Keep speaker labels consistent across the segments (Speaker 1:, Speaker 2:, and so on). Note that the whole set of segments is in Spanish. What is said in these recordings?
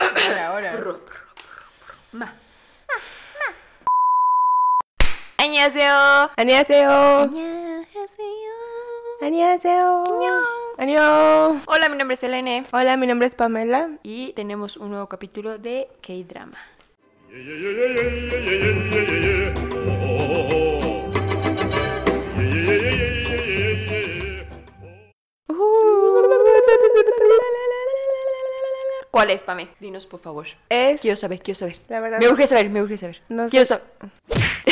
Speaker 1: ahora.
Speaker 2: Ma.
Speaker 3: 안녕하세요. 안녕하세요. 안녕하세요.
Speaker 2: 안녕.
Speaker 3: 안녕.
Speaker 2: Hola, mi nombre es Elene
Speaker 3: Hola, mi nombre es Pamela.
Speaker 2: y tenemos un nuevo capítulo de K-Drama. ¿Cuál es, Pame? Dinos, por favor.
Speaker 3: Es
Speaker 2: Quiero saber, quiero saber.
Speaker 3: La verdad-
Speaker 2: Me urge saber, me urge saber.
Speaker 3: No sé.
Speaker 2: quiero saber.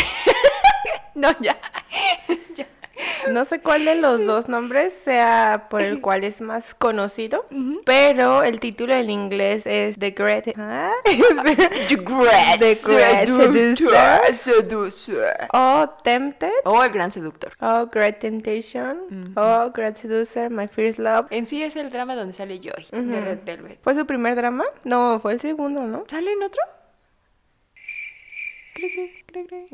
Speaker 2: no, ya. ya.
Speaker 3: No sé cuál de los dos nombres sea por el cual es más conocido, pero el título en inglés es The Great. ¿Ah? Espera.
Speaker 2: The Great,
Speaker 3: The Great Seducer.
Speaker 2: Seducer.
Speaker 3: O Tempted.
Speaker 2: Oh, el gran seductor.
Speaker 3: O Great Temptation. O Great Seducer, My First Love.
Speaker 2: En sí es el drama donde sale Joy de Red Velvet.
Speaker 3: ¿Fue su primer drama? No, fue el segundo, ¿no?
Speaker 2: ¿Sale en otro? Cri, cri, cri, cri.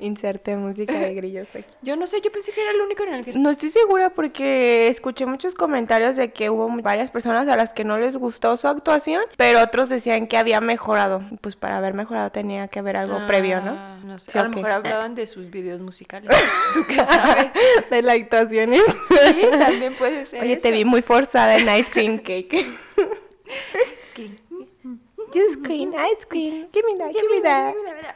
Speaker 3: Inserté música de grillos aquí.
Speaker 2: Yo no sé, yo pensé que era el único en el que
Speaker 3: No estoy segura porque escuché muchos comentarios de que hubo varias personas a las que no les gustó su actuación, pero otros decían que había mejorado. Pues para haber mejorado tenía que haber algo previo, ¿no?
Speaker 2: Ah, sé.
Speaker 3: Sí,
Speaker 2: a lo
Speaker 3: ok.
Speaker 2: mejor hablaban de sus videos musicales. ¿Tú qué sabes?
Speaker 3: de la actuación.
Speaker 2: Sí, también puede ser.
Speaker 3: Oye, te
Speaker 2: eso.
Speaker 3: vi muy forzada en Ice Cream Cake.
Speaker 2: Que-
Speaker 3: Just cream, ice cream. Give me that, give me that.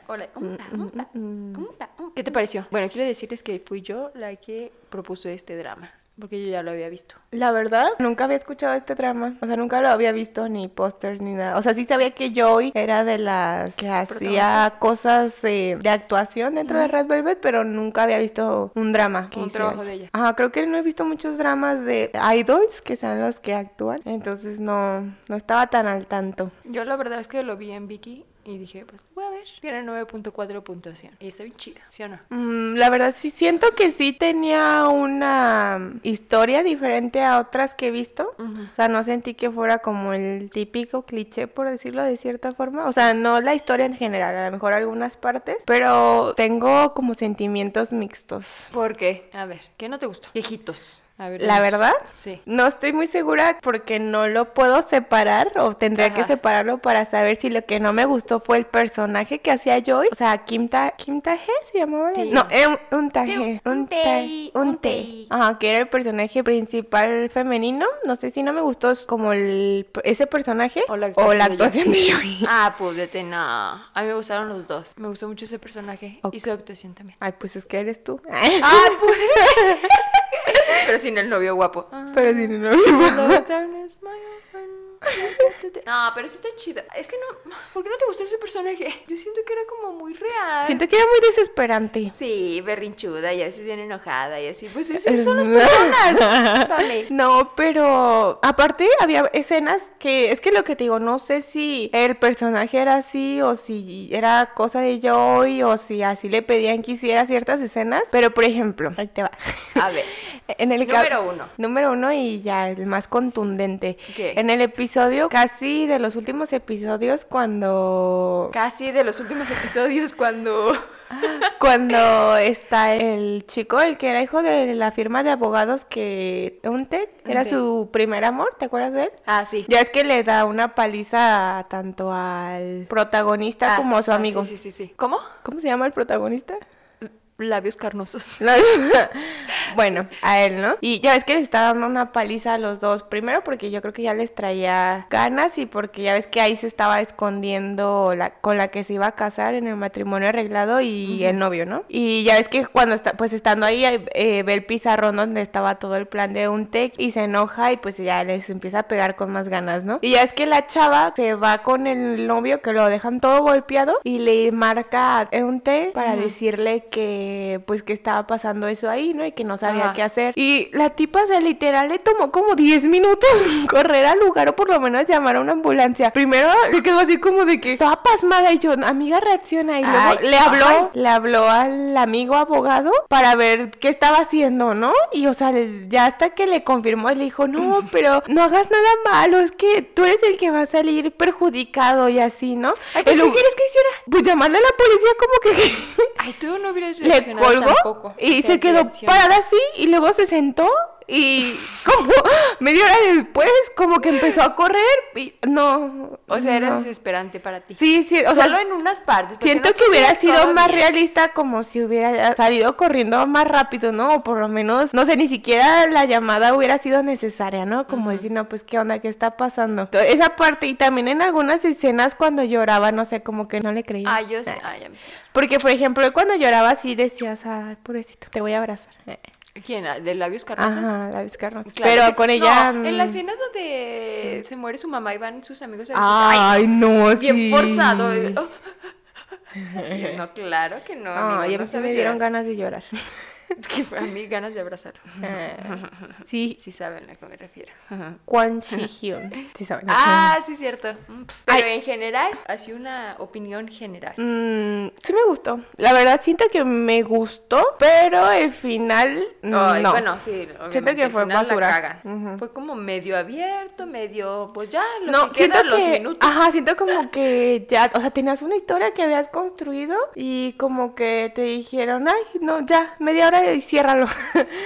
Speaker 2: Hola, umpa,
Speaker 3: Mm,
Speaker 2: umpa, umpa, umpa. Mm, ¿Qué te pareció? Bueno, quiero decirles que fui yo la que propuso este drama, porque yo ya lo había visto.
Speaker 3: La verdad, nunca había escuchado este drama. O sea, nunca lo había visto, ni pósters, ni nada. O sea, sí sabía que Joy era de las que hacía cosas eh, de actuación dentro de Red Velvet, pero nunca había visto un drama. Que
Speaker 2: Un
Speaker 3: hiciera
Speaker 2: trabajo de ella.
Speaker 3: Ajá, creo que no he visto muchos dramas de idols que sean los que actúan. Entonces, no, no estaba tan al tanto.
Speaker 2: Yo la verdad es que lo vi en Vicky y dije, pues voy a ver. Tiene 9.4 puntuación y está bien chida, ¿sí o no?
Speaker 3: Mm, La verdad sí siento que sí tenía una historia diferente a otras que he visto. O sea, no sentí que fuera como el típico cliché, por decirlo de cierta forma. O sea, no la historia en general, a lo mejor algunas partes, pero tengo como sentimientos mixtos.
Speaker 2: ¿Por qué? A ver, ¿qué no te gustó? Quejitos. A ver,
Speaker 3: La
Speaker 2: dinos.
Speaker 3: verdad,
Speaker 2: Sí.
Speaker 3: no estoy muy segura porque no lo puedo separar o tendría que
Speaker 2: Ajá.
Speaker 3: separarlo para saber si lo que no me gustó fue el personaje que hacía Joy. O sea, Kim Ta... ¿Kim Tae-hee se llamaba?
Speaker 2: Sí.
Speaker 3: No, eh, un, un Tae.
Speaker 2: Sí,
Speaker 3: Un
Speaker 2: un
Speaker 3: Tae.
Speaker 2: Tae,
Speaker 3: Un
Speaker 2: un
Speaker 3: Tae.
Speaker 2: Tae.
Speaker 3: Ajá, que era el personaje principal femenino. No sé si no me gustó como el- ese personaje
Speaker 2: O la
Speaker 3: actuación
Speaker 2: actuación
Speaker 3: de Joy.
Speaker 2: Ah, pues vete, no. A mí me gustaron los dos. Me gustó mucho ese personaje y su actuación también.
Speaker 3: Ay, pues es que eres tú.
Speaker 2: Ah, pues. Pero sin el novio guapo. Ah,
Speaker 3: Pero si no,
Speaker 2: No, pero sí está chido. Es que no. ¿Por qué no te gustó ese personaje? Yo siento que era como muy real.
Speaker 3: Siento que era muy desesperante.
Speaker 2: Sí, berrinchuda y así bien enojada y así. Pues así son las personas. Vale.
Speaker 3: No, pero aparte había escenas que es que lo que te digo, no sé si el personaje era así o si era cosa de Joy o si así le pedían que hiciera ciertas escenas, pero por ejemplo, ahí te va.
Speaker 2: A ver.
Speaker 3: En el cap-
Speaker 2: Número uno.
Speaker 3: Número uno y ya el más contundente.
Speaker 2: ¿Qué?
Speaker 3: En el episodio, casi de los últimos episodios, cuando
Speaker 2: Casi de los últimos episodios cuando.
Speaker 3: Cuando está el chico, el que era hijo de la firma de abogados que Untec era
Speaker 2: Untec.
Speaker 3: su primer amor, ¿te acuerdas de él?
Speaker 2: Ah, sí.
Speaker 3: Ya es que le da una paliza a- tanto al protagonista
Speaker 2: Ah,
Speaker 3: como a su
Speaker 2: ah,
Speaker 3: amigo.
Speaker 2: sí, sí, sí, sí. ¿Cómo?
Speaker 3: ¿Cómo se llama el protagonista?
Speaker 2: Labios carnosos.
Speaker 3: No, bueno, a él, ¿no? Y ya ves que le está dando una paliza a los dos. Primero porque yo creo que ya les traía ganas y porque ya ves que ahí se estaba escondiendo la, con la que se iba a casar en el matrimonio arreglado y el novio, ¿no? Y ya ves que cuando está, pues estando ahí eh, ve el pizarrón donde estaba todo el plan de un tech y se enoja y pues ya les empieza a pegar con más ganas, ¿no? Y ya es que la chava se va con el novio que lo dejan todo golpeado y le marca a un tech para decirle que pues que estaba pasando eso ahí, ¿no? Y que no sabía
Speaker 2: Ajá.
Speaker 3: qué hacer. Y la tipa, o sea, literal le tomó como 10 minutos correr al lugar o por lo menos llamar a una ambulancia. Primero le quedó así como de que estaba pasmada y yo, amiga, reacciona. Y luego
Speaker 2: Ay,
Speaker 3: le habló,
Speaker 2: ay.
Speaker 3: le habló al amigo abogado para ver qué estaba haciendo, ¿no? Y o sea, le- ya hasta que le confirmó y le dijo, no, pero no hagas nada malo, es que tú eres el que va a salir perjudicado y así, ¿no?
Speaker 2: Ay, pues,
Speaker 3: Y
Speaker 2: ¿qué
Speaker 3: luego-
Speaker 2: quieres que hiciera?
Speaker 3: Pues llamarle a la policía como que...
Speaker 2: Ay, tú no hubieras
Speaker 3: le
Speaker 2: reaccionado
Speaker 3: colgó
Speaker 2: tampoco.
Speaker 3: y
Speaker 2: O sea,
Speaker 3: se quedó
Speaker 2: reacciones.
Speaker 3: parada así y luego se sentó y como media hora después como que empezó a correr y no.
Speaker 2: O sea, era
Speaker 3: no.
Speaker 2: desesperante para ti.
Speaker 3: Sí, sí, o sea,
Speaker 2: Solo en unas partes. porque
Speaker 3: siento
Speaker 2: no
Speaker 3: que hubiera
Speaker 2: quisieras
Speaker 3: sido
Speaker 2: todavía.
Speaker 3: más realista como si hubiera salido corriendo más rápido, ¿no? O por lo menos, no sé, ni siquiera la llamada hubiera sido necesaria, ¿no? Como decir, no, pues qué onda, qué está pasando. To- Esa parte y también en algunas escenas cuando lloraba, no sé, como que no le creía.
Speaker 2: Ah, yo sé. Ah, ya me sé.
Speaker 3: Porque, por ejemplo, cuando lloraba así decías, ay, pobrecito, te voy a abrazar. Eh.
Speaker 2: ¿Quién? ¿Ah, ¿De labios carnosos?
Speaker 3: Ajá, la descarnos.
Speaker 2: Claro
Speaker 3: Pero
Speaker 2: que-
Speaker 3: con
Speaker 2: no,
Speaker 3: ella...
Speaker 2: en la
Speaker 3: mm,
Speaker 2: escena donde se muere su mamá y van sus amigos a visitar-
Speaker 3: Ay, no, Ah, sí.
Speaker 2: bien forzado. eh, oh. No, claro que no.
Speaker 3: Ay,
Speaker 2: amigo,
Speaker 3: a
Speaker 2: no
Speaker 3: mí se me
Speaker 2: sabes
Speaker 3: dieron
Speaker 2: llorar.
Speaker 3: ganas de llorar.
Speaker 2: Que a mí ganas de abrazarlo.
Speaker 3: Eh, sí,
Speaker 2: Sí saben a qué me refiero.
Speaker 3: Quan Shi-hyun. Sí saben.
Speaker 2: Ah, sí, cierto. Mm, Pero en general, así una opinión general.
Speaker 3: Mm, sí me gustó. La verdad siento que me gustó, pero el final mm,
Speaker 2: Ay,
Speaker 3: no.
Speaker 2: Bueno, sí. obviamente,
Speaker 3: que
Speaker 2: al
Speaker 3: fue
Speaker 2: final la
Speaker 3: basura.
Speaker 2: cagan.
Speaker 3: Ujú.
Speaker 2: Fue como medio abierto, medio. Pues ya, lo
Speaker 3: no,
Speaker 2: que
Speaker 3: siento
Speaker 2: queda, los
Speaker 3: que,
Speaker 2: minutos.
Speaker 3: ajá, siento como que ya, o sea, tenías una historia que habías construido y como que te dijeron, ay, no, ya, media hora y ciérralo.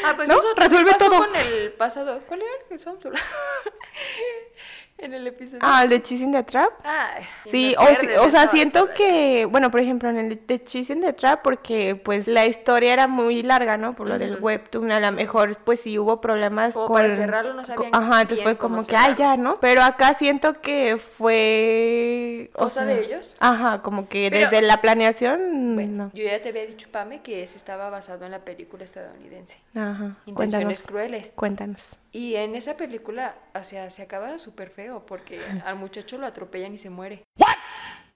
Speaker 2: Ah, pues
Speaker 3: ¿No?
Speaker 2: eso
Speaker 3: Resuelve
Speaker 2: pasó
Speaker 3: todo.
Speaker 2: con el pasado. ¿Cuál era el que estamos hablando? en el episodio.
Speaker 3: Ah, el de Chasing the Trap.
Speaker 2: Ay,
Speaker 3: Sí,
Speaker 2: me
Speaker 3: o, si-
Speaker 2: pierdes
Speaker 3: o sea,
Speaker 2: esa
Speaker 3: siento
Speaker 2: basura.
Speaker 3: que, bueno, por ejemplo, en el de Chis in the Trap, porque pues la historia era muy larga, ¿no? Por lo del webtoon, a lo mejor pues sí hubo problemas
Speaker 2: Como
Speaker 3: con...
Speaker 2: para cerrarlo, no sabían
Speaker 3: con- Ajá, entonces fue
Speaker 2: bien
Speaker 3: como
Speaker 2: cómo
Speaker 3: que, ay, ya,
Speaker 2: cerrarlo".
Speaker 3: ¿no? Pero acá siento que fue... o
Speaker 2: ¿Cosa de ellos?
Speaker 3: Ajá, como que
Speaker 2: Pero-
Speaker 3: desde la planeación,
Speaker 2: Bueno, yo ya te había dicho, Pame, que se estaba basado en la película estadounidense.
Speaker 3: no. Ajá, cuéntanos,
Speaker 2: Intenciones crueles.
Speaker 3: cuéntanos.
Speaker 2: Y en esa película, o sea, se acaba súper feo porque al muchacho lo atropellan y se muere.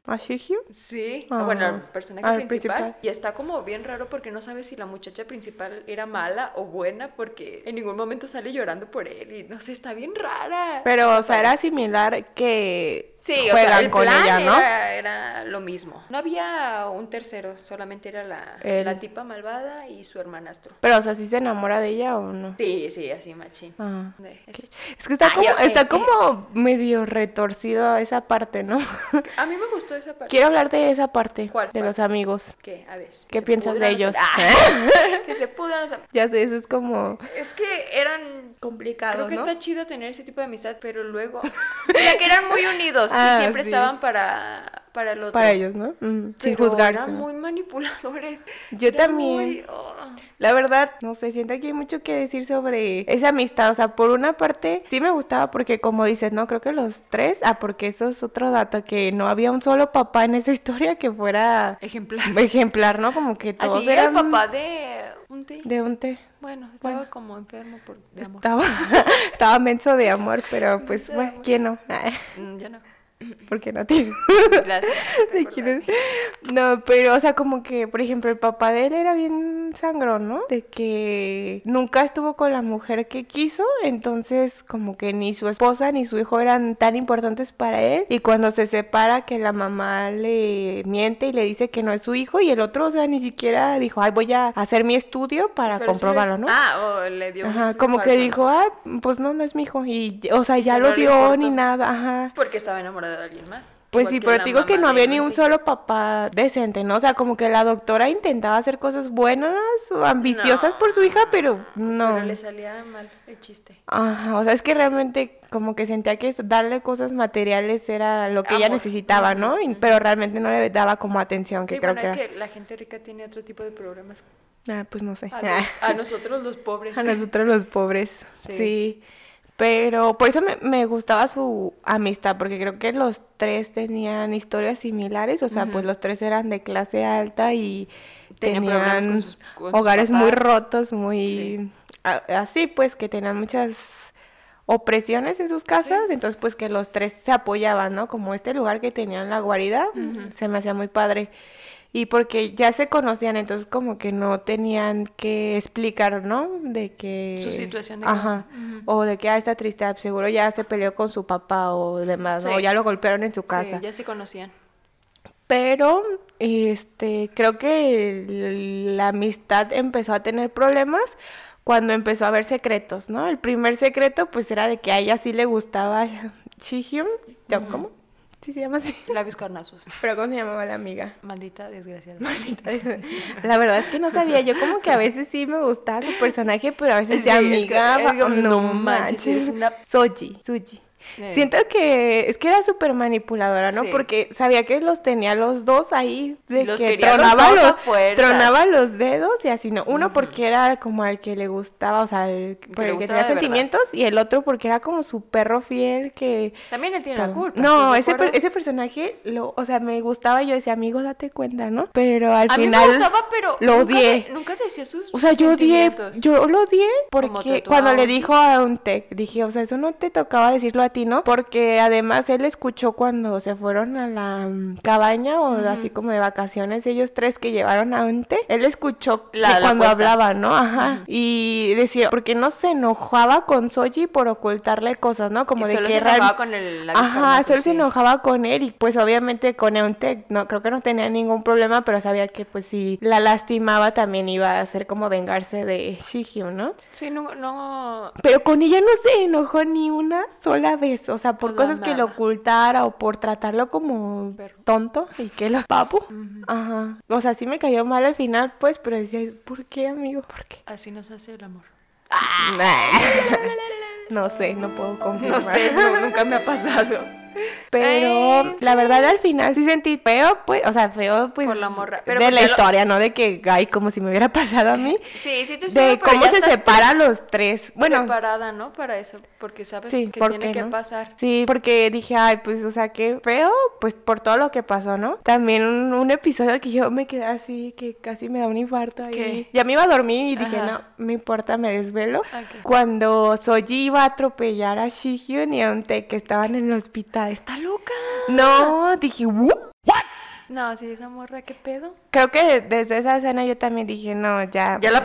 Speaker 3: ¿Así, Hugh?
Speaker 2: Sí,
Speaker 3: Ah,
Speaker 2: bueno, al personaje
Speaker 3: al
Speaker 2: principal,
Speaker 3: principal.
Speaker 2: Y está como bien raro porque no sabe si la muchacha principal era mala o buena porque en ningún momento sale llorando por él y no sé, está bien rara.
Speaker 3: Pero, o sea, era similar que
Speaker 2: Sí, o
Speaker 3: juegan
Speaker 2: sea, el
Speaker 3: con
Speaker 2: plan
Speaker 3: ella, ¿no?
Speaker 2: era, era lo mismo. No había un tercero, solamente era la,
Speaker 3: El-
Speaker 2: la tipa malvada y su hermanastro.
Speaker 3: Pero, o sea, ¿sí se enamora de ella o no?
Speaker 2: Sí, sí, así machín.
Speaker 3: Ah.
Speaker 2: De- ese ch-
Speaker 3: Es que está,
Speaker 2: Ay,
Speaker 3: como,
Speaker 2: ok.
Speaker 3: está como medio retorcido esa parte, ¿no?
Speaker 2: A mí me gustó esa parte.
Speaker 3: Quiero hablar de esa parte,
Speaker 2: ¿Cuál
Speaker 3: de
Speaker 2: parte?
Speaker 3: los amigos.
Speaker 2: ¿Qué? A ver. que
Speaker 3: ¿Qué
Speaker 2: se
Speaker 3: piensas de
Speaker 2: pudran los-
Speaker 3: ellos?
Speaker 2: Ah, que se pudran los-
Speaker 3: Ya sé, eso es como...
Speaker 2: Es que eran
Speaker 3: Complicado,
Speaker 2: Creo que
Speaker 3: ¿no?
Speaker 2: está chido tener ese tipo de amistad, pero luego. Mira, que eran muy unidos
Speaker 3: Ah,
Speaker 2: y siempre
Speaker 3: sí.
Speaker 2: estaban para, para el otro.
Speaker 3: Para ellos, ¿no? Mm, sin
Speaker 2: pero
Speaker 3: juzgarse.
Speaker 2: Eran
Speaker 3: ¿no?
Speaker 2: muy manipuladores.
Speaker 3: Yo
Speaker 2: Eran
Speaker 3: también.
Speaker 2: muy- oh.
Speaker 3: La verdad, no sé, siento que hay mucho que decir sobre esa amistad. O sea, por una parte, sí me gustaba porque, como dices, no, creo que los tres... Ah, porque eso es otro dato, que no había un solo papá en esa historia que fuera
Speaker 2: Ejemplar.
Speaker 3: ejemplar, ¿no? Como que todos
Speaker 2: Así era el
Speaker 3: eran...
Speaker 2: papá de un té.
Speaker 3: De un té.
Speaker 2: Bueno, estaba como enfermo por de amor.
Speaker 3: Estaba, estaba menso de amor, pero pues,
Speaker 2: de
Speaker 3: bueno,
Speaker 2: amor.
Speaker 3: ¿quién no?
Speaker 2: Mm, ya no.
Speaker 3: Porque no tiene.
Speaker 2: Gracias. por
Speaker 3: ¿De quién es?
Speaker 2: recordarme.
Speaker 3: No, pero, o sea, como que, por ejemplo, el papá de él era bien sangrón, ¿no? De que nunca estuvo con la mujer que quiso, entonces, como que ni su esposa ni su hijo eran tan importantes para él. Y cuando se separa, que la mamá le miente y le dice que no es su hijo, y el otro, o sea, ni siquiera dijo, ay, voy a hacer mi estudio para
Speaker 2: Pero sí lo
Speaker 3: comprobarlo,
Speaker 2: hizo.
Speaker 3: ¿no?
Speaker 2: Ah, o le dio un
Speaker 3: Ajá,
Speaker 2: estudio
Speaker 3: como que
Speaker 2: falso.
Speaker 3: dijo, ah, pues no, no es mi hijo. Y, o sea, ya
Speaker 2: que
Speaker 3: lo
Speaker 2: no le
Speaker 3: dio ni
Speaker 2: importó.
Speaker 3: nada, ajá.
Speaker 2: Porque estaba enamorado de alguien más.
Speaker 3: Pues
Speaker 2: igual
Speaker 3: sí,
Speaker 2: que
Speaker 3: pero
Speaker 2: la
Speaker 3: te digo que
Speaker 2: mamá
Speaker 3: no
Speaker 2: de
Speaker 3: había ni un
Speaker 2: Monty.
Speaker 3: solo papá decente, ¿no? O sea, como que la doctora intentaba hacer cosas buenas o ambiciosas por su hija, pero no.
Speaker 2: Pero le salía mal el chiste.
Speaker 3: Ajá, o sea, es que realmente como que sentía que darle cosas materiales era lo que ella
Speaker 2: Amor.
Speaker 3: necesitaba, ¿no? Y- pero realmente no le daba como atención, que
Speaker 2: sí,
Speaker 3: creo
Speaker 2: bueno,
Speaker 3: que
Speaker 2: es
Speaker 3: era.
Speaker 2: que la gente rica tiene otro tipo de problemas.
Speaker 3: Ah, pues no sé.
Speaker 2: A, los- a nosotros los pobres.
Speaker 3: A nosotros los pobres, sí.
Speaker 2: Sí.
Speaker 3: Pero por eso me, me gustaba su amistad, porque creo que los tres tenían historias similares, o sea, pues los tres eran de clase alta y
Speaker 2: Tenían
Speaker 3: tenían,
Speaker 2: problemas con sus- con sus
Speaker 3: hogares muy
Speaker 2: papás.
Speaker 3: rotos, muy a- así, pues que tenían muchas opresiones en sus casas, entonces pues que los tres se apoyaban, ¿no? Como este lugar que tenían la guarida, se me hacía muy padre. Y porque ya se conocían, entonces como que no tenían que explicar, ¿no? De que...
Speaker 2: Su situación de
Speaker 3: Ajá. O de que, ah, está triste, ah, seguro ya se peleó con su papá o demás, ¿no?
Speaker 2: Sí.
Speaker 3: O ya lo golpearon en su casa.
Speaker 2: Sí, ya se conocían.
Speaker 3: Pero, este, creo que el- la amistad empezó a tener problemas cuando empezó a haber secretos, ¿no? El primer secreto, pues, era de que a ella sí le gustaba Shihyun, ¿cómo? Sí, se llama así.
Speaker 2: Labios carnosos.
Speaker 3: Pero ¿cómo se llamaba la amiga?
Speaker 2: Maldita desgraciada.
Speaker 3: La verdad es que no sabía. Yo como que a veces sí me gustaba su personaje, pero a veces se amigaba. no manches.
Speaker 2: es una-
Speaker 3: Soji. Suji.
Speaker 2: Eh.
Speaker 3: Siento que es que era súper manipuladora, ¿no?
Speaker 2: Sí.
Speaker 3: Porque sabía que los tenía los dos ahí, de
Speaker 2: Los
Speaker 3: que
Speaker 2: quería los
Speaker 3: tronaba
Speaker 2: dos a
Speaker 3: los,
Speaker 2: fuerzas.
Speaker 3: tronaba los dedos y así, ¿no? Uno porque era como al que le gustaba, o sea, el, por
Speaker 2: le
Speaker 3: el que
Speaker 2: gustaba
Speaker 3: tenía
Speaker 2: de verdad.
Speaker 3: sentimientos, y el otro porque era como su perro fiel que...
Speaker 2: También él tiene la culpa.
Speaker 3: No,
Speaker 2: ¿estás de
Speaker 3: ese, per-
Speaker 2: acuerdo?
Speaker 3: ese personaje, lo, o sea, me gustaba y yo decía, amigo, date cuenta, ¿no? Pero al
Speaker 2: A mí
Speaker 3: final
Speaker 2: me gustaba, pero
Speaker 3: lo
Speaker 2: nunca
Speaker 3: odié.
Speaker 2: de- Nunca decía sus
Speaker 3: O sea, yo odié,
Speaker 2: sentimientos.
Speaker 3: yo lo odié
Speaker 2: Como
Speaker 3: porque
Speaker 2: tatuado.
Speaker 3: cuando le dijo a un tech, dije, o sea, eso no te tocaba decirlo a ti, ¿no? Porque además él escuchó cuando se fueron a la mm, cabaña o así como de vacaciones, ellos tres que llevaron a un tech, él escuchó que
Speaker 2: La- la
Speaker 3: cuando
Speaker 2: apuesta.
Speaker 3: hablaba, ¿no? Ajá. Y decía, porque no se enojaba con Soji por ocultarle cosas, ¿no? Como
Speaker 2: Y
Speaker 3: de
Speaker 2: solo
Speaker 3: que
Speaker 2: se
Speaker 3: real-
Speaker 2: enojaba con el labios
Speaker 3: Ajá,
Speaker 2: carnosos,
Speaker 3: solo se
Speaker 2: sí.
Speaker 3: enojaba con él y pues obviamente con Euntech, no, creo que no tenía ningún problema, pero sabía que pues si la lastimaba también iba a ser como vengarse de Shihyo, ¿no?
Speaker 2: Sí, no, no.
Speaker 3: Pero con ella no se enojó ni una sola vez, o sea, por
Speaker 2: Pues La
Speaker 3: cosas que lo
Speaker 2: amaba.
Speaker 3: ocultara o por tratarlo como
Speaker 2: Perro.
Speaker 3: tonto y que lo papu. Ajá. O sea, sí me cayó mal al final, pues, pero decía, ¿por qué, amigo? ¿Por qué?
Speaker 2: Así nos hace el amor.
Speaker 3: No sé, no puedo
Speaker 2: Ah. No
Speaker 3: confirmar.
Speaker 2: sé, no, nunca me ha pasado.
Speaker 3: Pero
Speaker 2: Ay.
Speaker 3: la verdad al final sí sentí feo, pues, o sea, feo pues
Speaker 2: Por la morra, pero
Speaker 3: de
Speaker 2: pues
Speaker 3: la
Speaker 2: ya lo-
Speaker 3: historia, no de que ay, como si me hubiera pasado a mí,
Speaker 2: Sí, sí te
Speaker 3: de cómo se separan los tres. Bueno,
Speaker 2: preparada, ¿no? Para eso, porque sabes
Speaker 3: sí,
Speaker 2: pues, que
Speaker 3: ¿por
Speaker 2: tiene
Speaker 3: qué
Speaker 2: que
Speaker 3: no?
Speaker 2: pasar.
Speaker 3: Sí, porque dije, ay, pues, o sea, qué feo, pues por todo lo que pasó, ¿no? También un, un episodio que yo me quedé así, que casi me da un infarto ahí.
Speaker 2: ¿Qué?
Speaker 3: Ya me iba a dormir y dije,
Speaker 2: Ajá. Ah,
Speaker 3: no, me importa, me desvelo.
Speaker 2: Ok.
Speaker 3: Cuando Soji iba a atropellar a Shihyun y a Euntae, que estaban en el hospital.
Speaker 2: ¡Está loca!
Speaker 3: No, dije, "What?".
Speaker 2: No, sí, esa morra, ¿qué pedo?
Speaker 3: Creo que desde esa escena yo también dije, no, ya.
Speaker 2: Ya la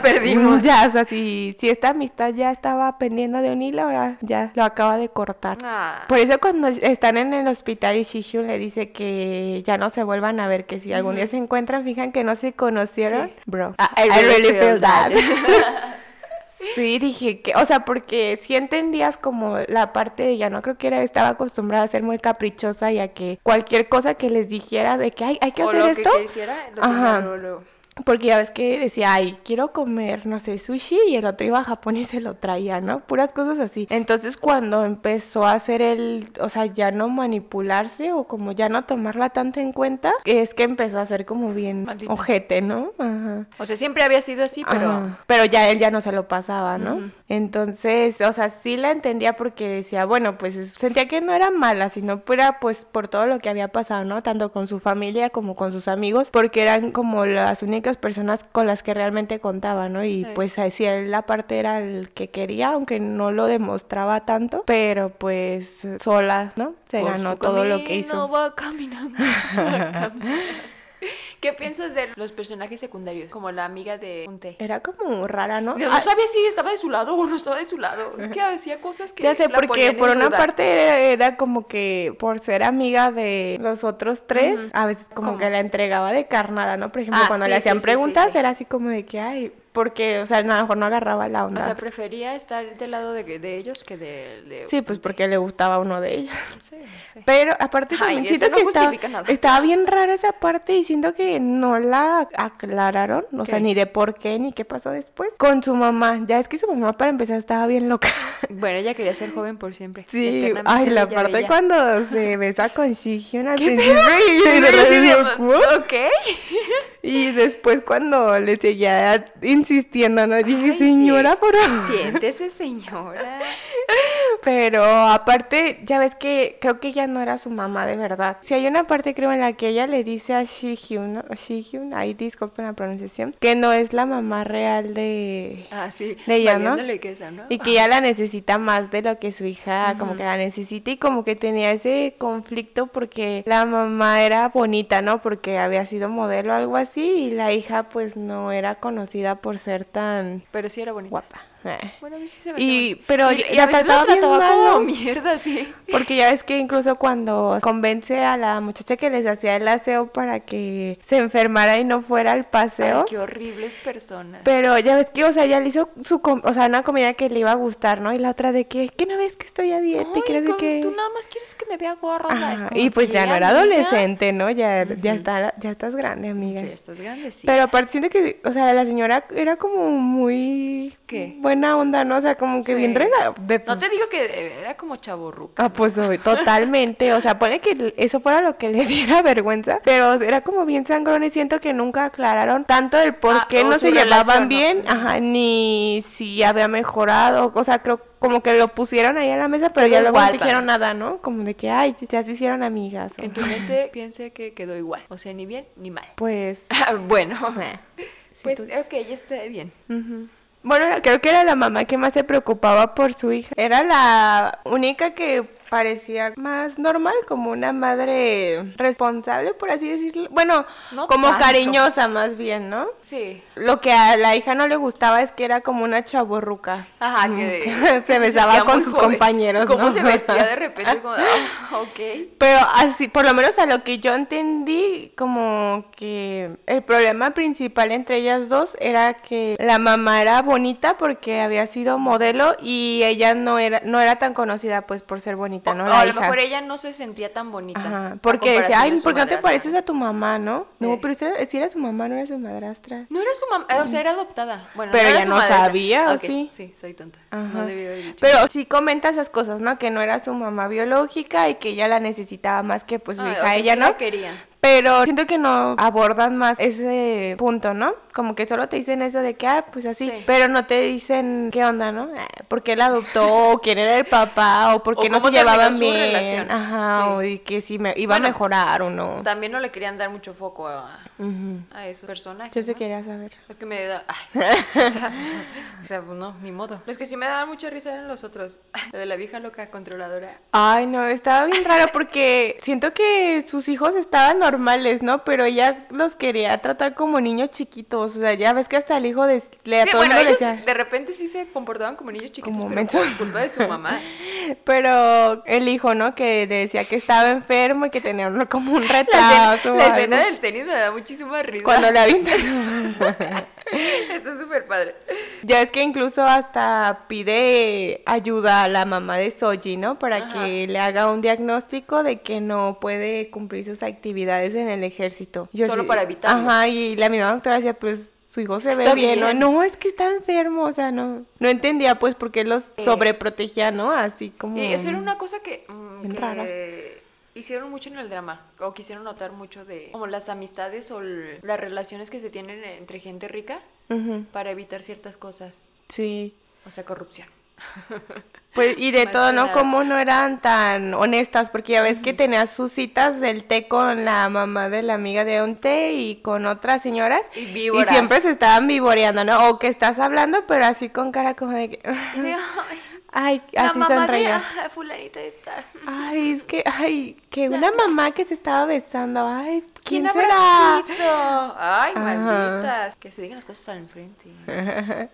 Speaker 2: perdimos.
Speaker 3: Ya, o sea, si, si esta amistad ya estaba pendiendo de un hilo, ahora ya lo acaba de cortar.
Speaker 2: Ah,
Speaker 3: Por eso cuando están en el hospital y Shishun le dice que ya no se vuelvan a ver, que si algún día se encuentran, fijan que no se conocieron.
Speaker 2: Sí.
Speaker 3: Bro, ah, I, I really feel that. Sí, dije que, o sea, porque sí entendías como la parte de ella, no creo que era, estaba acostumbrada a ser muy caprichosa y a que cualquier cosa que les dijera de que "Ay, hay que
Speaker 2: o
Speaker 3: hacer
Speaker 2: lo
Speaker 3: esto,
Speaker 2: que quisiera, lo
Speaker 3: Ajá.
Speaker 2: tenía luego, luego.
Speaker 3: porque ya ves que decía, ay, quiero comer, no sé, sushi, y el otro iba a Japón y se lo traía, ¿no? Puras cosas así. Entonces cuando empezó a hacer el, o sea, ya no manipularse o como ya no tomarla tanto en cuenta, es que empezó a ser como bien
Speaker 2: Maldita.
Speaker 3: ojete, ¿no? Ajá.
Speaker 2: O sea, siempre había sido así, pero...
Speaker 3: Ajá. pero ya él ya no se lo pasaba, ¿no?
Speaker 2: Ujú.
Speaker 3: Entonces, o sea, sí la entendía porque decía, bueno, pues es- sentía que no era mala, sino era pues por todo lo que había pasado, ¿no? Tanto con su familia como con sus amigos, porque eran como las únicas personas con las que realmente contaba, ¿no? Y
Speaker 2: Sí.
Speaker 3: pues así él la parte era el que quería, aunque no lo demostraba tanto, pero pues sola, ¿no? Se
Speaker 2: Por
Speaker 3: ganó
Speaker 2: su
Speaker 3: todo lo que hizo.
Speaker 2: camino va caminando. ¿Qué piensas de los personajes secundarios? Como la amiga de Unte.
Speaker 3: Era como rara, ¿no?
Speaker 2: No, no
Speaker 3: Eh, Ah,
Speaker 2: sabía si estaba de su lado o no estaba de su lado. Es que hacía cosas que.
Speaker 3: Ya sé,
Speaker 2: la
Speaker 3: porque
Speaker 2: ponían en
Speaker 3: por una
Speaker 2: duda.
Speaker 3: parte era, era como que por ser amiga de los otros tres,
Speaker 2: Ujú.
Speaker 3: a veces como
Speaker 2: ¿Cómo?
Speaker 3: que la entregaba de carnada, ¿no? Por ejemplo,
Speaker 2: Ah,
Speaker 3: cuando
Speaker 2: sí,
Speaker 3: le
Speaker 2: sí,
Speaker 3: hacían
Speaker 2: sí, sí,
Speaker 3: preguntas
Speaker 2: sí.
Speaker 3: era así como de que, ay, porque, o sea, a lo mejor no agarraba la onda.
Speaker 2: O sea, prefería estar del lado de, de ellos que de. de-
Speaker 3: sí, pues porque le gustaba uno de ellos.
Speaker 2: Sí, sí.
Speaker 3: Pero aparte
Speaker 2: Ay,
Speaker 3: también
Speaker 2: eso
Speaker 3: siento
Speaker 2: no
Speaker 3: que estaba,
Speaker 2: justifica nada.
Speaker 3: estaba bien rara esa parte y siento que no la aclararon, o sea,
Speaker 2: ¿Qué?
Speaker 3: ni de por qué ni qué pasó después. Con su mamá, ya es que su mamá para empezar estaba bien loca.
Speaker 2: Bueno, ella quería ser joven por siempre.
Speaker 3: Sí,
Speaker 2: eternamente
Speaker 3: ay, la
Speaker 2: bella,
Speaker 3: parte
Speaker 2: bella.
Speaker 3: cuando se besa con Shihyun al principio y,
Speaker 2: Sí,
Speaker 3: de
Speaker 2: sí, sí,
Speaker 3: repente digo,
Speaker 2: sí,
Speaker 3: "¿What?".
Speaker 2: Ok.
Speaker 3: Y después cuando le seguía insistiendo, no dije,
Speaker 2: Ay, sí.
Speaker 3: señora, por favor".
Speaker 2: Siéntese, señora.
Speaker 3: Pero aparte, ya ves que creo que ella no era su mamá de verdad. Si hay una parte, creo, en la que ella le dice a Shihyun, ¿no? Shihyun, ahí disculpen la pronunciación, que no es la mamá real de...
Speaker 2: Ah, sí.
Speaker 3: De ella, ¿no?
Speaker 2: valiéndole queso, ¿no?
Speaker 3: Y que ya la necesita más de lo que su hija como que la necesita y como que tenía ese conflicto porque la mamá era bonita, ¿no? Porque había sido modelo o algo así y la hija pues no era conocida por ser tan
Speaker 2: Pero sí era bonita.
Speaker 3: guapa. Eh.
Speaker 2: Bueno, a mí sí se me
Speaker 3: Y-
Speaker 2: hacía bonito.
Speaker 3: pero
Speaker 2: y,
Speaker 3: ya-
Speaker 2: y
Speaker 3: ya
Speaker 2: a veces
Speaker 3: trataba
Speaker 2: la
Speaker 3: bien
Speaker 2: trataba como
Speaker 3: malo.
Speaker 2: mierda, sí.
Speaker 3: Porque ya ves que incluso cuando convence a la muchacha que les hacía el aseo para que se enfermara y no fuera al paseo.
Speaker 2: Ay, qué horribles personas.
Speaker 3: Pero ya ves que, o sea, ya le hizo su, com- o sea, una comida que le iba a gustar, ¿no? Y la otra de que, que no ves que estoy a dieta y
Speaker 2: Ay,
Speaker 3: que no sé
Speaker 2: como
Speaker 3: qué.
Speaker 2: Tú nada más quieres que me vea gorda.
Speaker 3: Ajá,
Speaker 2: es como
Speaker 3: Y pues ya
Speaker 2: que,
Speaker 3: no era
Speaker 2: amiga,
Speaker 3: adolescente, ¿no? Ya, ya,
Speaker 2: Ujú.
Speaker 3: está, ya estás grande, amiga.
Speaker 2: que Ya estás grandecita.
Speaker 3: Pero aparte siento que, o sea, la señora era como muy
Speaker 2: ¿Qué?
Speaker 3: buena onda, ¿no? O sea, como que
Speaker 2: Sí.
Speaker 3: bien rela de-
Speaker 2: No te digo que era como chaborruca.
Speaker 3: pues Ah, pues o- totalmente, o sea, pone que eso fuera lo que le diera vergüenza, pero era como bien sangrón y siento que nunca aclararon tanto el por
Speaker 2: Ah,
Speaker 3: qué
Speaker 2: o
Speaker 3: no
Speaker 2: su
Speaker 3: se llevaban
Speaker 2: relación, ¿no?
Speaker 3: bien, ajá, ni si había mejorado, o sea, creo como que lo pusieron ahí en la mesa, pero
Speaker 2: Quedó
Speaker 3: ya luego no
Speaker 2: igual,
Speaker 3: dijeron
Speaker 2: vale.
Speaker 3: nada, ¿no? Como de que, ay, ya se hicieron amigas. o-
Speaker 2: En tu mente piense que quedó igual. O sea, ni bien ni mal.
Speaker 3: Pues...
Speaker 2: bueno.
Speaker 3: eh,
Speaker 2: Pues,
Speaker 3: entonces-
Speaker 2: ok, ya está bien.
Speaker 3: Ujú. Bueno, era- creo que era la mamá que más se preocupaba por su hija. Era la única que parecía más normal, como una madre responsable, por así decirlo. Bueno,
Speaker 2: No
Speaker 3: como
Speaker 2: tanto.
Speaker 3: cariñosa más bien, ¿no?
Speaker 2: Sí.
Speaker 3: Lo que a la hija no le gustaba es que era como una chaborruca.
Speaker 2: Ajá, que
Speaker 3: Mm, Se
Speaker 2: que
Speaker 3: besaba
Speaker 2: sentía
Speaker 3: con
Speaker 2: muy
Speaker 3: sus compañeros,
Speaker 2: ¿Cómo
Speaker 3: ¿no?
Speaker 2: se vestía de repente? Como, ah, ok.
Speaker 3: Pero así, por lo menos a lo que yo entendí, como que el problema principal entre ellas dos era que la mamá era bonita porque había sido modelo y ella no era, no era tan conocida pues por ser bonita, ¿no?
Speaker 2: O- o
Speaker 3: La
Speaker 2: a lo
Speaker 3: hija.
Speaker 2: mejor ella no se sentía tan bonita.
Speaker 3: Ajá,
Speaker 2: a
Speaker 3: porque decía,
Speaker 2: comparación
Speaker 3: ay,
Speaker 2: de su
Speaker 3: ¿por qué no te
Speaker 2: madrastra".
Speaker 3: pareces a tu mamá, no? No,
Speaker 2: Sí.
Speaker 3: pero si era, si era su mamá, no era su madrastra.
Speaker 2: No era su mamá, eh, o sea, era adoptada. Bueno,
Speaker 3: Pero
Speaker 2: no era
Speaker 3: ella
Speaker 2: su
Speaker 3: no
Speaker 2: madrastra.
Speaker 3: sabía, ¿o
Speaker 2: Ok,
Speaker 3: sí?
Speaker 2: Sí, soy tonta.
Speaker 3: Ajá.
Speaker 2: No debí haber dicho.
Speaker 3: Pero sí comenta esas cosas, ¿no? Que no era su mamá biológica y que ella la necesitaba más que pues su
Speaker 2: Ah,
Speaker 3: hija,
Speaker 2: o sea,
Speaker 3: ella,
Speaker 2: sí
Speaker 3: ¿no?
Speaker 2: la quería.
Speaker 3: Pero siento que no abordan más ese punto, ¿no? Como que solo te dicen eso de que, ah, pues así,
Speaker 2: Sí.
Speaker 3: pero no te dicen qué onda, ¿no? Ah, ¿Por qué la adoptó? ¿O quién era el papá? ¿O por
Speaker 2: O
Speaker 3: qué no se
Speaker 2: cómo terminó
Speaker 3: llevaban
Speaker 2: su
Speaker 3: bien?
Speaker 2: relación.
Speaker 3: Ajá,
Speaker 2: Sí.
Speaker 3: o y que si me iba a
Speaker 2: Bueno.
Speaker 3: mejorar o no.
Speaker 2: También no le querían dar mucho foco a,
Speaker 3: Ujú.
Speaker 2: a esos personajes.
Speaker 3: Yo sé
Speaker 2: ¿no?
Speaker 3: quería saber.
Speaker 2: Es que me da. ay, o, sea, o sea, pues no, ni modo. Los que sí me daban mucha risa eran los otros. Lo de la vieja loca controladora.
Speaker 3: Ay, no, estaba bien raro porque siento que sus hijos estaban normales, ¿no? Pero ella los quería tratar como niños chiquitos. O sea, ya ves que hasta el hijo de... Le, a
Speaker 2: Sí,
Speaker 3: todo el mundo
Speaker 2: bueno,
Speaker 3: le
Speaker 2: ellos
Speaker 3: decía-
Speaker 2: de repente sí se comportaban como niños chiquitos,
Speaker 3: Como
Speaker 2: pero
Speaker 3: mensos.
Speaker 2: por culpa de su mamá.
Speaker 3: Pero el hijo, ¿no? Que le decía que estaba enfermo y que tenía uno como un
Speaker 2: La
Speaker 3: retraso.
Speaker 2: escena,
Speaker 3: o
Speaker 2: la
Speaker 3: algo.
Speaker 2: escena del tenis me da muchísima risa.
Speaker 3: Cuando le avienta.
Speaker 2: Está súper padre.
Speaker 3: ya es que incluso hasta pide ayuda a la mamá de Soji, ¿no? Para
Speaker 2: Ajá.
Speaker 3: que le haga un diagnóstico de que no puede cumplir sus actividades en el ejército.
Speaker 2: Solo para evitarlo.
Speaker 3: Ajá, y la misma doctora decía, pues su hijo se ve
Speaker 2: Está
Speaker 3: bien, ¿no?
Speaker 2: bien.
Speaker 3: No, es que está enfermo, o sea, no. No entendía, pues, por qué los
Speaker 2: Eh.
Speaker 3: sobreprotegía, ¿no? Así como...
Speaker 2: Y eso era una cosa que, mm,
Speaker 3: Mm. Bien
Speaker 2: que
Speaker 3: rara.
Speaker 2: hicieron mucho en el drama, o quisieron notar mucho de como las amistades o l- las relaciones que se tienen entre gente rica
Speaker 3: Ujú,
Speaker 2: para evitar ciertas cosas,
Speaker 3: Sí.
Speaker 2: o sea, corrupción.
Speaker 3: Pues, y de
Speaker 2: Más
Speaker 3: todo,
Speaker 2: que
Speaker 3: ¿no?
Speaker 2: nada.
Speaker 3: Como no eran tan honestas, porque ya ves que tenías sus citas del té con la mamá de la amiga de un té y con otras señoras.
Speaker 2: Y víboras.
Speaker 3: siempre se estaban vivoreando, ¿no? O que estás hablando, pero así con cara como de que...
Speaker 2: Y de, "Ay,
Speaker 3: Ay,
Speaker 2: la
Speaker 3: así
Speaker 2: mamá
Speaker 3: sonreías.
Speaker 2: de ah, fulanita de tal.
Speaker 3: Ay, es que, ay, que una mamá que se estaba besando. Ay, ¿quién,
Speaker 2: habrá
Speaker 3: será?
Speaker 2: sido? Ay,
Speaker 3: Ajá.
Speaker 2: malditas. Que se digan las cosas al enfrente. No sé.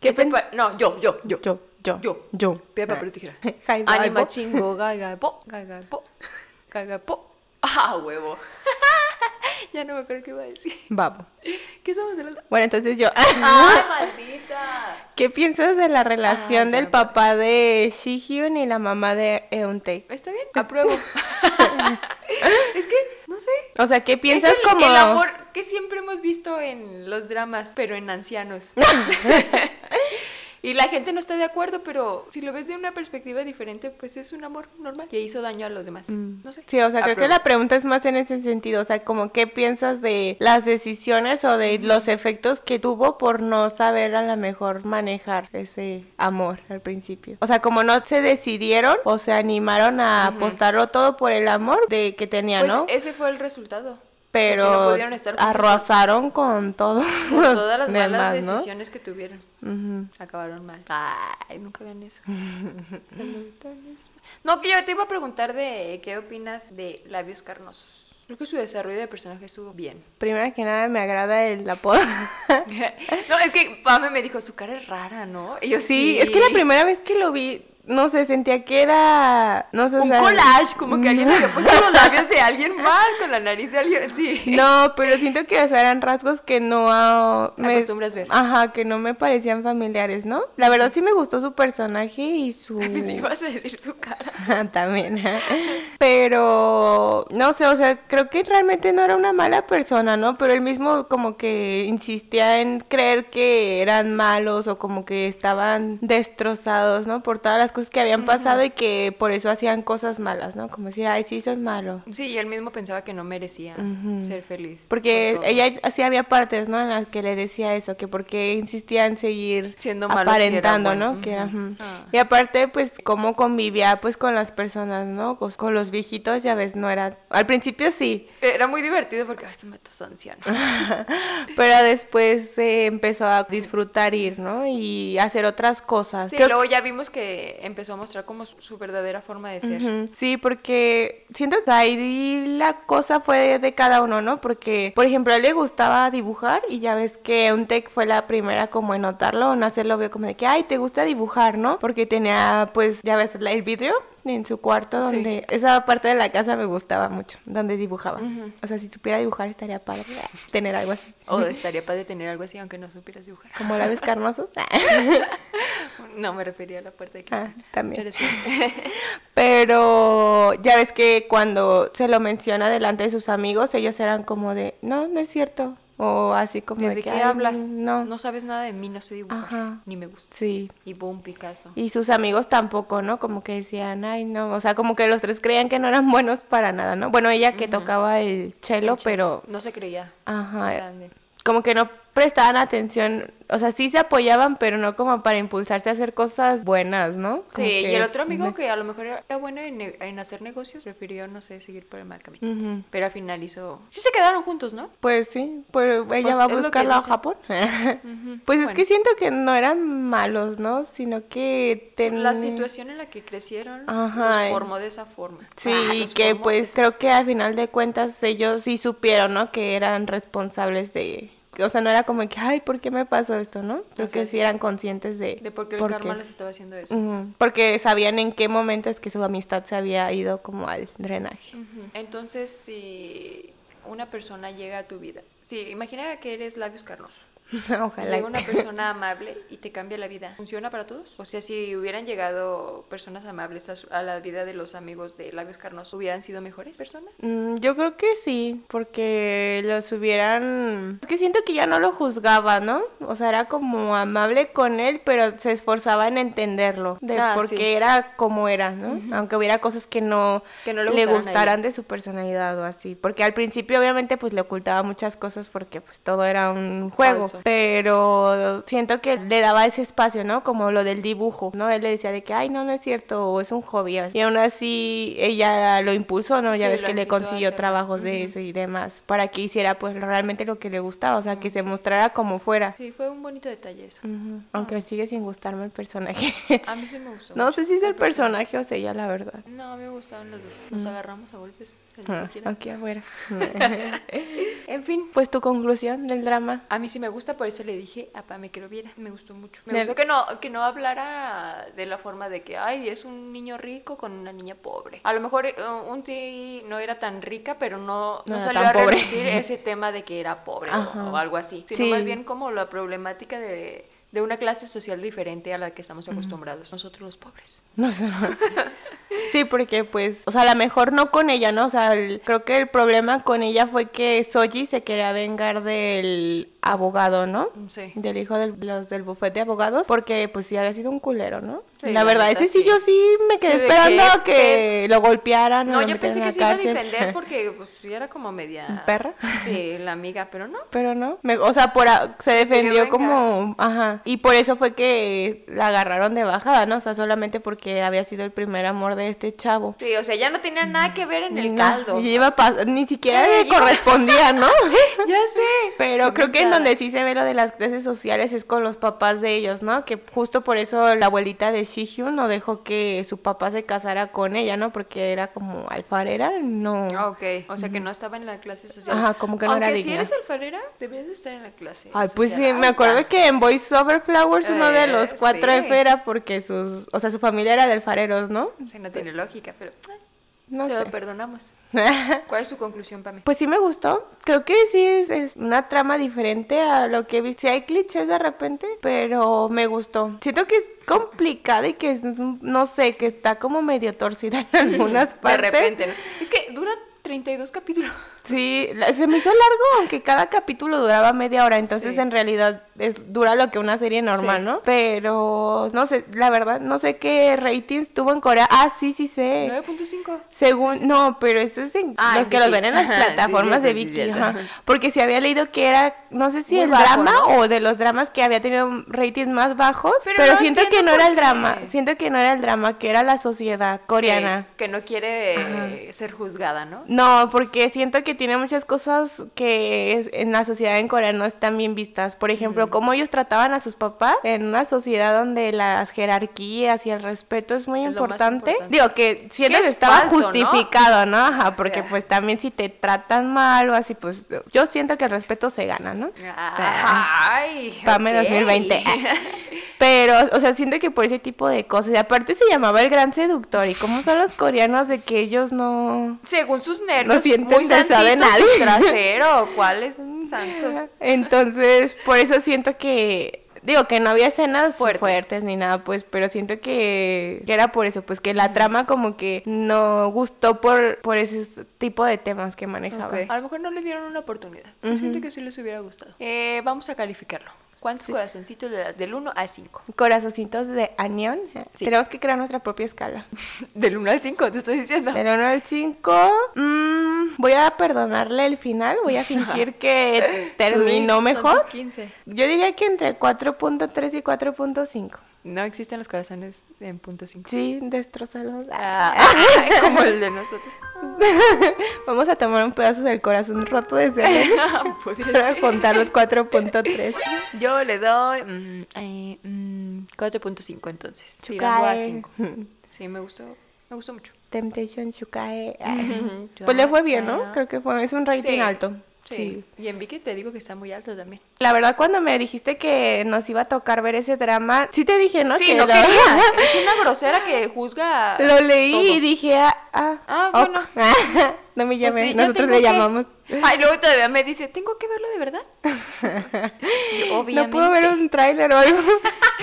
Speaker 3: ¿Qué
Speaker 2: te
Speaker 3: pen-
Speaker 2: pa- No, yo, yo, yo.
Speaker 3: Yo, yo,
Speaker 2: Yo.
Speaker 3: yo. Ah.
Speaker 2: Piedra, papel o tijera.
Speaker 3: Jaibo,
Speaker 2: Ánima
Speaker 3: aibo.
Speaker 2: chingo, gagapo, gagapo, gagapo. Ah, huevo. ya no me acuerdo qué iba a decir.
Speaker 3: Babo.
Speaker 2: ¿Qué estamos hablando?
Speaker 3: Bueno, entonces yo...
Speaker 2: ¡Ay, maldita!
Speaker 3: ¿Qué piensas de la
Speaker 2: Ah,
Speaker 3: relación
Speaker 2: ya
Speaker 3: del
Speaker 2: me acordé.
Speaker 3: papá de Shihyun y la mamá de Euntae?
Speaker 2: ¿Está bien? Apruebo. es que, no sé.
Speaker 3: O sea, ¿qué piensas
Speaker 2: es el,
Speaker 3: como
Speaker 2: el amor que siempre hemos visto en los dramas, pero en ancianos. y la gente no está de acuerdo, pero si lo ves de una perspectiva diferente, pues es un amor normal que hizo daño a los demás.
Speaker 3: Mm.
Speaker 2: No sé.
Speaker 3: Sí, o sea, creo que
Speaker 2: Apruebo.
Speaker 3: la pregunta es más en ese sentido, o sea, como qué piensas de las decisiones o de los efectos que tuvo por no saber a lo mejor manejar ese amor al principio. O sea, como no se decidieron o se animaron a apostarlo todo por el amor de que tenía,
Speaker 2: Pues
Speaker 3: ¿no?
Speaker 2: ese fue el resultado. Porque no
Speaker 3: pero
Speaker 2: pudieron estar juntos.
Speaker 3: arrasaron con todos
Speaker 2: Por
Speaker 3: los
Speaker 2: todas las malas
Speaker 3: demás, ¿no?
Speaker 2: decisiones que tuvieron.
Speaker 3: Ujú.
Speaker 2: Acabaron mal. Ay, nunca hagan eso. no, que yo te iba a preguntar de qué opinas de labios carnosos. Creo que su desarrollo de personaje estuvo bien.
Speaker 3: Primero que nada me agrada el apodo.
Speaker 2: no, es que Pame me dijo, su cara es rara, ¿no? Y yo
Speaker 3: sí, es que la primera vez que lo vi, no sé, sentía que era, no sé, o
Speaker 2: Un
Speaker 3: sea,
Speaker 2: collage, como que alguien
Speaker 3: no.
Speaker 2: le había puesto los labios de alguien más, con la nariz de alguien, sí.
Speaker 3: No, pero siento que o sea, eran rasgos que no ah,
Speaker 2: Acostumbras ver.
Speaker 3: Ajá, que no me parecían familiares, ¿no? La verdad sí me gustó su personaje y su
Speaker 2: Pues ibas a decir su cara.
Speaker 3: también. Pero no sé, o sea, creo que realmente no era una mala persona, ¿no? Pero él mismo como que insistía en creer que eran malos o como que estaban destrozados, ¿no? Por todas las cosas que habían pasado y que por eso hacían cosas malas, ¿no? Como decir, "Ay, sí soy malo."
Speaker 2: Sí, y él mismo pensaba que no merecía
Speaker 3: Ujú.
Speaker 2: ser feliz.
Speaker 3: Porque
Speaker 2: por todo.
Speaker 3: ella sí había partes, ¿no? En las que le decía eso, que porque insistía en seguir
Speaker 2: Siendo malo si era
Speaker 3: aparentando,
Speaker 2: bueno.
Speaker 3: ¿no? Que era,
Speaker 2: Ujú.
Speaker 3: ujú.
Speaker 2: Ah.
Speaker 3: Y aparte, pues, cómo convivía, pues, con las personas, ¿no? Cos- Con los viejitos, ya ves, no era... Al principio sí,
Speaker 2: Era muy divertido porque, ay, este estos matos ancianos.
Speaker 3: pero después eh, empezó a disfrutar ir, ¿no? Y hacer otras cosas.
Speaker 2: Sí,
Speaker 3: Creo
Speaker 2: luego ya vimos que empezó a mostrar como su, su verdadera forma de ser.
Speaker 3: Ujú. Sí, porque siento que ahí la cosa fue de cada uno, ¿no? Porque, por ejemplo, a él le gustaba dibujar y ya ves que un tech fue la primera como en notarlo, en hacerlo vio como de que, ay, te gusta dibujar, ¿no? Porque tenía, pues, ya ves, la- el vidrio en su cuarto
Speaker 2: Sí.
Speaker 3: donde esa parte de la casa me gustaba mucho, donde dibujaba.
Speaker 2: Ujú.
Speaker 3: O sea, si supiera dibujar estaría padre tener algo así.
Speaker 2: O estaría padre tener algo así, aunque no supieras dibujar.
Speaker 3: Como labios carnosos.
Speaker 2: No, me refería a la puerta de
Speaker 3: Ah,
Speaker 2: cristal.
Speaker 3: también.
Speaker 2: Pero sí.
Speaker 3: Pero ya ves que cuando se lo menciona delante de sus amigos, ellos eran como de, no, no es cierto. O así como
Speaker 2: ¿De
Speaker 3: de
Speaker 2: qué
Speaker 3: que, "Ay,
Speaker 2: hablas?
Speaker 3: No.
Speaker 2: No sabes nada de mí, no sé dibujar,
Speaker 3: Ajá.
Speaker 2: ni me gusta.
Speaker 3: Sí.
Speaker 2: Y boom, Picasso.
Speaker 3: Y sus amigos tampoco, ¿no? Como que decían, ay, no. O sea, como que los tres creían que no eran buenos para nada, ¿no? Bueno, ella que tocaba el cello, pero.
Speaker 2: No se creía.
Speaker 3: Ajá.
Speaker 2: Grande.
Speaker 3: Como que no prestaban atención. O sea, sí se apoyaban, pero no como para impulsarse a hacer cosas buenas, ¿no?
Speaker 2: Sí,
Speaker 3: Como
Speaker 2: y
Speaker 3: que-
Speaker 2: el otro amigo que a lo mejor era bueno en, ne- en hacer negocios, prefirió, no sé, seguir por el mal camino.
Speaker 3: Ujú.
Speaker 2: Pero al final hizo... Sí se quedaron juntos, ¿no?
Speaker 3: Pues sí, pero
Speaker 2: Pues
Speaker 3: ella va a
Speaker 2: es lo que
Speaker 3: buscarlo a
Speaker 2: dice.
Speaker 3: Japón.
Speaker 2: Ujú.
Speaker 3: Pues es que
Speaker 2: Bueno,
Speaker 3: siento que no eran malos, ¿no? Sino que ten-
Speaker 2: La situación en la que crecieron
Speaker 3: Ajá,
Speaker 2: los
Speaker 3: y-
Speaker 2: formó de esa forma.
Speaker 3: Sí,
Speaker 2: Ah,
Speaker 3: y
Speaker 2: los
Speaker 3: que
Speaker 2: formó.
Speaker 3: pues creo que al final de cuentas ellos sí supieron, ¿no? Que eran responsables de... O sea, no era como que, ay, ¿por qué me pasó esto, no? Creo
Speaker 2: O sea,
Speaker 3: que sí eran conscientes de...
Speaker 2: De por qué el karma les estaba haciendo eso.
Speaker 3: Ujú, Porque sabían en qué momento es que su amistad se había ido como al drenaje.
Speaker 2: Ujú. Entonces, si una persona llega a tu vida, si imagina que eres labios carnosos,
Speaker 3: Ojalá.
Speaker 2: llega una persona amable y te cambia la vida, ¿funciona para todos? O sea, si hubieran llegado personas amables a, su- a la vida de los amigos de labios carnosos, ¿hubieran sido mejores personas?
Speaker 3: Mm, Yo creo que sí, porque los hubieran... Es que siento que ya no lo juzgaba, ¿no? O sea, era como amable con él, pero se esforzaba en entenderlo, de
Speaker 2: Ah,
Speaker 3: por qué
Speaker 2: sí.
Speaker 3: era como era, ¿no? Aunque hubiera cosas que no,
Speaker 2: Que no le
Speaker 3: le
Speaker 2: gustaran a
Speaker 3: gustaran de su personalidad o así. Porque al principio obviamente pues le ocultaba muchas cosas porque pues todo era un juego.
Speaker 2: Falso.
Speaker 3: Pero siento que le daba ese espacio, ¿no? Como lo del dibujo, ¿no? Él le decía de que, ay, no, no es cierto, o es un hobby. Y aún así ella lo impulsó, ¿no? Ya
Speaker 2: Sí,
Speaker 3: ves
Speaker 2: lo
Speaker 3: que le
Speaker 2: incitó a hacer
Speaker 3: consiguió
Speaker 2: más.
Speaker 3: trabajos de
Speaker 2: Ujú.
Speaker 3: eso y demás, para que hiciera pues realmente lo que le gustaba, o sea, que se mostrara como fuera.
Speaker 2: Sí, fue un bonito detalle eso.
Speaker 3: Ujú. Aunque sigue sin gustarme el personaje.
Speaker 2: A mí sí me gustó.
Speaker 3: no
Speaker 2: mucho
Speaker 3: sé si es el
Speaker 2: personaje.
Speaker 3: personaje o sea ella, la verdad.
Speaker 2: No, me gustaron los dos. Nos agarramos a golpes. el que
Speaker 3: Ah,
Speaker 2: quiera.
Speaker 3: Aquí afuera.
Speaker 2: En fin,
Speaker 3: Pues tu conclusión del drama.
Speaker 2: A mí sí me gusta, por eso le dije a Pame que lo viera. Me gustó mucho. Me
Speaker 3: Del-
Speaker 2: gustó que no, que no hablara de la forma de que, ay, es un niño rico con una niña pobre. A lo mejor eh, un ti no era tan rica, pero no, no
Speaker 3: No era
Speaker 2: salió
Speaker 3: tan
Speaker 2: a
Speaker 3: pobre.
Speaker 2: relucir ese tema de que era pobre
Speaker 3: Ajá.
Speaker 2: o, o algo así. Sino
Speaker 3: Sí.
Speaker 2: más bien como la problemática de, de una clase social diferente a la que estamos acostumbrados, nosotros los pobres.
Speaker 3: No sé. Sí, porque pues, o sea, a lo mejor no con ella, ¿no? O sea, el- creo que el problema con ella fue que Soji se quería vengar del abogado, ¿no?
Speaker 2: Sí.
Speaker 3: Del hijo de los del bufete de abogados, porque pues sí había sido un culero, ¿no?
Speaker 2: Sí,
Speaker 3: la verdad,
Speaker 2: neta,
Speaker 3: ese sí,
Speaker 2: sí.
Speaker 3: yo sí me quedé
Speaker 2: Sí, de
Speaker 3: esperando
Speaker 2: que-
Speaker 3: que, lo golpearan. o
Speaker 2: No,
Speaker 3: lo
Speaker 2: yo pensé
Speaker 3: metieran a
Speaker 2: que
Speaker 3: la
Speaker 2: se iba a
Speaker 3: cárcel.
Speaker 2: defender porque pues sí era como media...
Speaker 3: ¿Perra?
Speaker 2: Sí, la amiga, pero no.
Speaker 3: Pero no, me- o sea, por, a- se defendió
Speaker 2: venganza.
Speaker 3: como, ajá, y por eso fue que la agarraron de bajada, ¿no? O sea, solamente porque había sido el primer amor de este chavo.
Speaker 2: Sí, o sea, ya no tenía nada que ver en el
Speaker 3: No,
Speaker 2: caldo.
Speaker 3: y iba pas- ni siquiera
Speaker 2: Ay,
Speaker 3: le
Speaker 2: iba-
Speaker 3: correspondía, ¿no?
Speaker 2: Ya sé.
Speaker 3: Pero creo que en
Speaker 2: Pensaba.
Speaker 3: donde sí se ve lo de las clases sociales es con los papás de ellos, ¿no? Que justo por eso la abuelita de Shihyun no dejó que su papá se casara con ella, ¿no? Porque era como alfarera, no.
Speaker 2: Ah, Ok, o sea que no estaba en la clase social.
Speaker 3: Ajá, como que no era
Speaker 2: Aunque si
Speaker 3: digna.
Speaker 2: eres alfarera, debías de estar en la clase
Speaker 3: Ay, pues
Speaker 2: social
Speaker 3: sí, me acuerdo
Speaker 2: alta.
Speaker 3: que en Voice Over Flowers uno de
Speaker 2: Eh,
Speaker 3: los cuatro
Speaker 2: sí.
Speaker 3: F era porque sus, o sea, su familia era de alfareros, ¿no?
Speaker 2: O sea, no tiene lógica, pero ah,
Speaker 3: No
Speaker 2: se lo
Speaker 3: sé.
Speaker 2: perdonamos. ¿Cuál es tu conclusión, Pame?
Speaker 3: Pues sí me gustó. Creo que sí es, es una trama diferente a lo que he visto. Sí hay clichés de repente, pero me gustó. Siento que es complicada y que es, no sé, que está como medio torcida en algunas
Speaker 2: De
Speaker 3: partes.
Speaker 2: repente, ¿no? Es que dura 32 capítulos.
Speaker 3: Sí, la- se me hizo largo, aunque cada capítulo duraba media hora, entonces
Speaker 2: Sí.
Speaker 3: en realidad es, dura lo que una serie normal,
Speaker 2: Sí.
Speaker 3: ¿no? Pero no sé, la verdad, no sé qué ratings tuvo en Corea. Ah, sí, sí sé.
Speaker 2: 9.5.
Speaker 3: Según, no, pero eso es en
Speaker 2: Ah,
Speaker 3: los
Speaker 2: en
Speaker 3: que los
Speaker 2: Viki.
Speaker 3: ven en las
Speaker 2: Ajá, sí,
Speaker 3: plataformas
Speaker 2: sí,
Speaker 3: de
Speaker 2: sí, sí,
Speaker 3: Vicky,
Speaker 2: cierto.
Speaker 3: ajá. porque si había leído que era, no sé si
Speaker 2: Muy
Speaker 3: el
Speaker 2: bajo,
Speaker 3: drama
Speaker 2: ¿no?
Speaker 3: o de los dramas que había tenido ratings más bajos,
Speaker 2: Pero
Speaker 3: pero,
Speaker 2: no
Speaker 3: siento que
Speaker 2: entiendo
Speaker 3: no era
Speaker 2: por
Speaker 3: el drama,
Speaker 2: qué.
Speaker 3: siento que no era el drama, que era la sociedad coreana.
Speaker 2: Que, que no quiere eh, ser juzgada, ¿no?
Speaker 3: No, porque siento que tiene muchas cosas que es- en la sociedad en Corea no están bien vistas. Por ejemplo, cómo ellos trataban a sus papás en una sociedad donde las jerarquías y el respeto es muy
Speaker 2: Es lo más
Speaker 3: importante.
Speaker 2: importante.
Speaker 3: Digo que siento
Speaker 2: Que
Speaker 3: que
Speaker 2: es
Speaker 3: estaba
Speaker 2: falso, ¿no?
Speaker 3: justificado, ¿no? Ajá,
Speaker 2: O
Speaker 3: porque
Speaker 2: sea.
Speaker 3: pues también si te tratan mal o así, pues yo siento que el respeto se gana, ¿no?
Speaker 2: Ay,
Speaker 3: Pame
Speaker 2: ok.
Speaker 3: 2020. Pero, o sea, siento que por ese tipo de cosas. Y aparte se llamaba el gran seductor. ¿Y cómo son los coreanos de que ellos no...
Speaker 2: Según sus nervios,
Speaker 3: No sienten
Speaker 2: muy
Speaker 3: deseo de
Speaker 2: santitos
Speaker 3: nadie.
Speaker 2: su trasero, ¿cuáles santos?
Speaker 3: Entonces, por eso siento que. Digo que no había escenas
Speaker 2: Fuertes.
Speaker 3: fuertes. ni nada, pues, pero siento que, que era por eso, pues que la trama como que no gustó por, por ese tipo de temas que manejaba.
Speaker 2: Ok. A lo mejor no le dieron una oportunidad. Yo Siento que sí les hubiera gustado. Eh, vamos a calificarlo. ¿Cuántos corazoncitos le das? Del 1 a 5.
Speaker 3: Corazoncitos de Anión.
Speaker 2: Sí.
Speaker 3: Tenemos que crear nuestra propia escala.
Speaker 2: Del 1 al 5, te estoy diciendo.
Speaker 3: Del 1 al 5, voy a perdonarle el final, voy a fingir que terminó mejor.
Speaker 2: 15.
Speaker 3: Yo diría que entre 4.3 y 4.5.
Speaker 2: No existen los corazones en punto 5.
Speaker 3: Sí, destrozalo.
Speaker 2: Ah. como el de nosotros.
Speaker 3: Vamos a tomar un pedazo del corazón roto de Selena para contar los 4.3.
Speaker 2: Yo le doy mm, eh, mm, 4.5 entonces. Tirando a 5. Sí, me gustó. Me gustó mucho.
Speaker 3: Temptation Chukae. Ay.
Speaker 2: Ujú.
Speaker 3: Pues le fue bien,
Speaker 2: Chukae.
Speaker 3: ¿no? Creo que fue, es un rating
Speaker 2: Sí,
Speaker 3: alto.
Speaker 2: Sí.
Speaker 3: sí.
Speaker 2: Y en Vicky te digo que está muy alto también.
Speaker 3: La verdad, cuando me dijiste que nos iba a tocar ver ese drama, sí te dije, ¿no?
Speaker 2: Sí,
Speaker 3: Que
Speaker 2: no
Speaker 3: lo-
Speaker 2: quería. Es una grosera que juzga.
Speaker 3: Lo leí
Speaker 2: todo.
Speaker 3: y dije, ah, ah,
Speaker 2: Ah,
Speaker 3: ok.
Speaker 2: bueno.
Speaker 3: no me
Speaker 2: Pues
Speaker 3: llamé,
Speaker 2: sí, yo
Speaker 3: nosotros
Speaker 2: tengo
Speaker 3: le
Speaker 2: que-
Speaker 3: llamamos.
Speaker 2: Ay, luego todavía me dice, ¿tengo que verlo de verdad? Yo,
Speaker 3: No puedo ver
Speaker 2: obviamente.
Speaker 3: un tráiler o algo.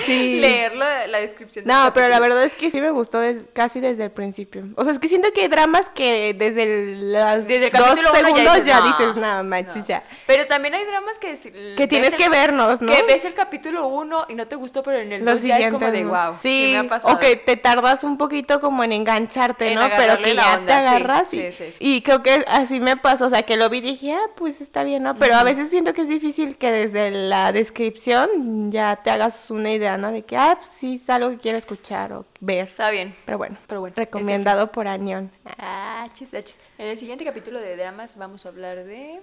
Speaker 3: sí.
Speaker 2: Leerlo, la descripción. del
Speaker 3: No, pero la
Speaker 2: capítulo.
Speaker 3: verdad es que sí me gustó des- casi desde el principio. O sea, es que siento que hay dramas que desde el, las
Speaker 2: Desde el
Speaker 3: dos
Speaker 2: capítulo uno ya
Speaker 3: segundos
Speaker 2: dices,
Speaker 3: ya
Speaker 2: "No,
Speaker 3: dices, nada, machi,
Speaker 2: no".
Speaker 3: ya.
Speaker 2: Pero también hay dramas que... si-
Speaker 3: Que
Speaker 2: ves
Speaker 3: tienes
Speaker 2: el-
Speaker 3: que vernos, ¿no?
Speaker 2: Que ves el capítulo 1 y no te gustó, pero en el 2 ya es como de
Speaker 3: ¿no?
Speaker 2: wow.
Speaker 3: Sí,
Speaker 2: me ha pasado.
Speaker 3: o que te tardas un poquito como en engancharte,
Speaker 2: En
Speaker 3: ¿no? Pero
Speaker 2: agarrarle
Speaker 3: que
Speaker 2: la
Speaker 3: ya
Speaker 2: onda,
Speaker 3: te
Speaker 2: sí,
Speaker 3: agarras. y,
Speaker 2: sí, sí, sí.
Speaker 3: y creo que así me pasó, o sea, que lo vi y dije, ah, pues está bien, ¿no? Pero a
Speaker 2: Ujú.
Speaker 3: veces siento que es difícil que desde la descripción ya te hagas una idea, ¿no? De que, ah, sí, es algo que quiero escuchar o ver.
Speaker 2: Está bien.
Speaker 3: Pero bueno,
Speaker 2: Pero bueno,
Speaker 3: recomendado por Anión.
Speaker 2: Ah, chis, ah, chis. En el siguiente capítulo de dramas vamos a hablar de...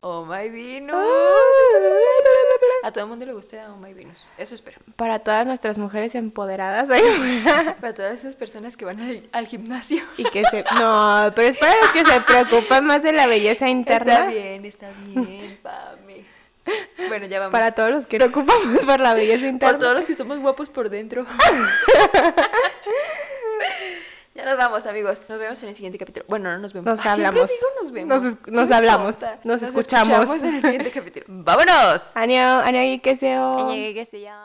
Speaker 2: Oh My Venus.
Speaker 3: Ah.
Speaker 2: A todo el mundo le gusta Oh My Venus. Eso espero.
Speaker 3: Para todas nuestras mujeres empoderadas. ¿eh?
Speaker 2: Para todas esas personas que van al, al gimnasio.
Speaker 3: Y que se... No, pero es para los que se preocupan más de la belleza interna.
Speaker 2: Está bien, está bien, Pame. Bueno, ya vamos.
Speaker 3: Para todos los que preocupamos por la belleza interna.
Speaker 2: Por todos los que somos guapos por dentro. ya nos vamos, amigos. Nos vemos en el siguiente capítulo. Bueno, no nos vemos.
Speaker 3: Nos
Speaker 2: Ay, siempre
Speaker 3: hablamos.
Speaker 2: digo nos vemos.
Speaker 3: Nos es-
Speaker 2: Sí
Speaker 3: nos
Speaker 2: me
Speaker 3: hablamos.
Speaker 2: importa.
Speaker 3: Nos escuchamos.
Speaker 2: escuchamos en el siguiente capítulo. ¡Vámonos!
Speaker 3: 안녕, 안녕히 계세요.
Speaker 2: Ay, llegué, qué sé yo.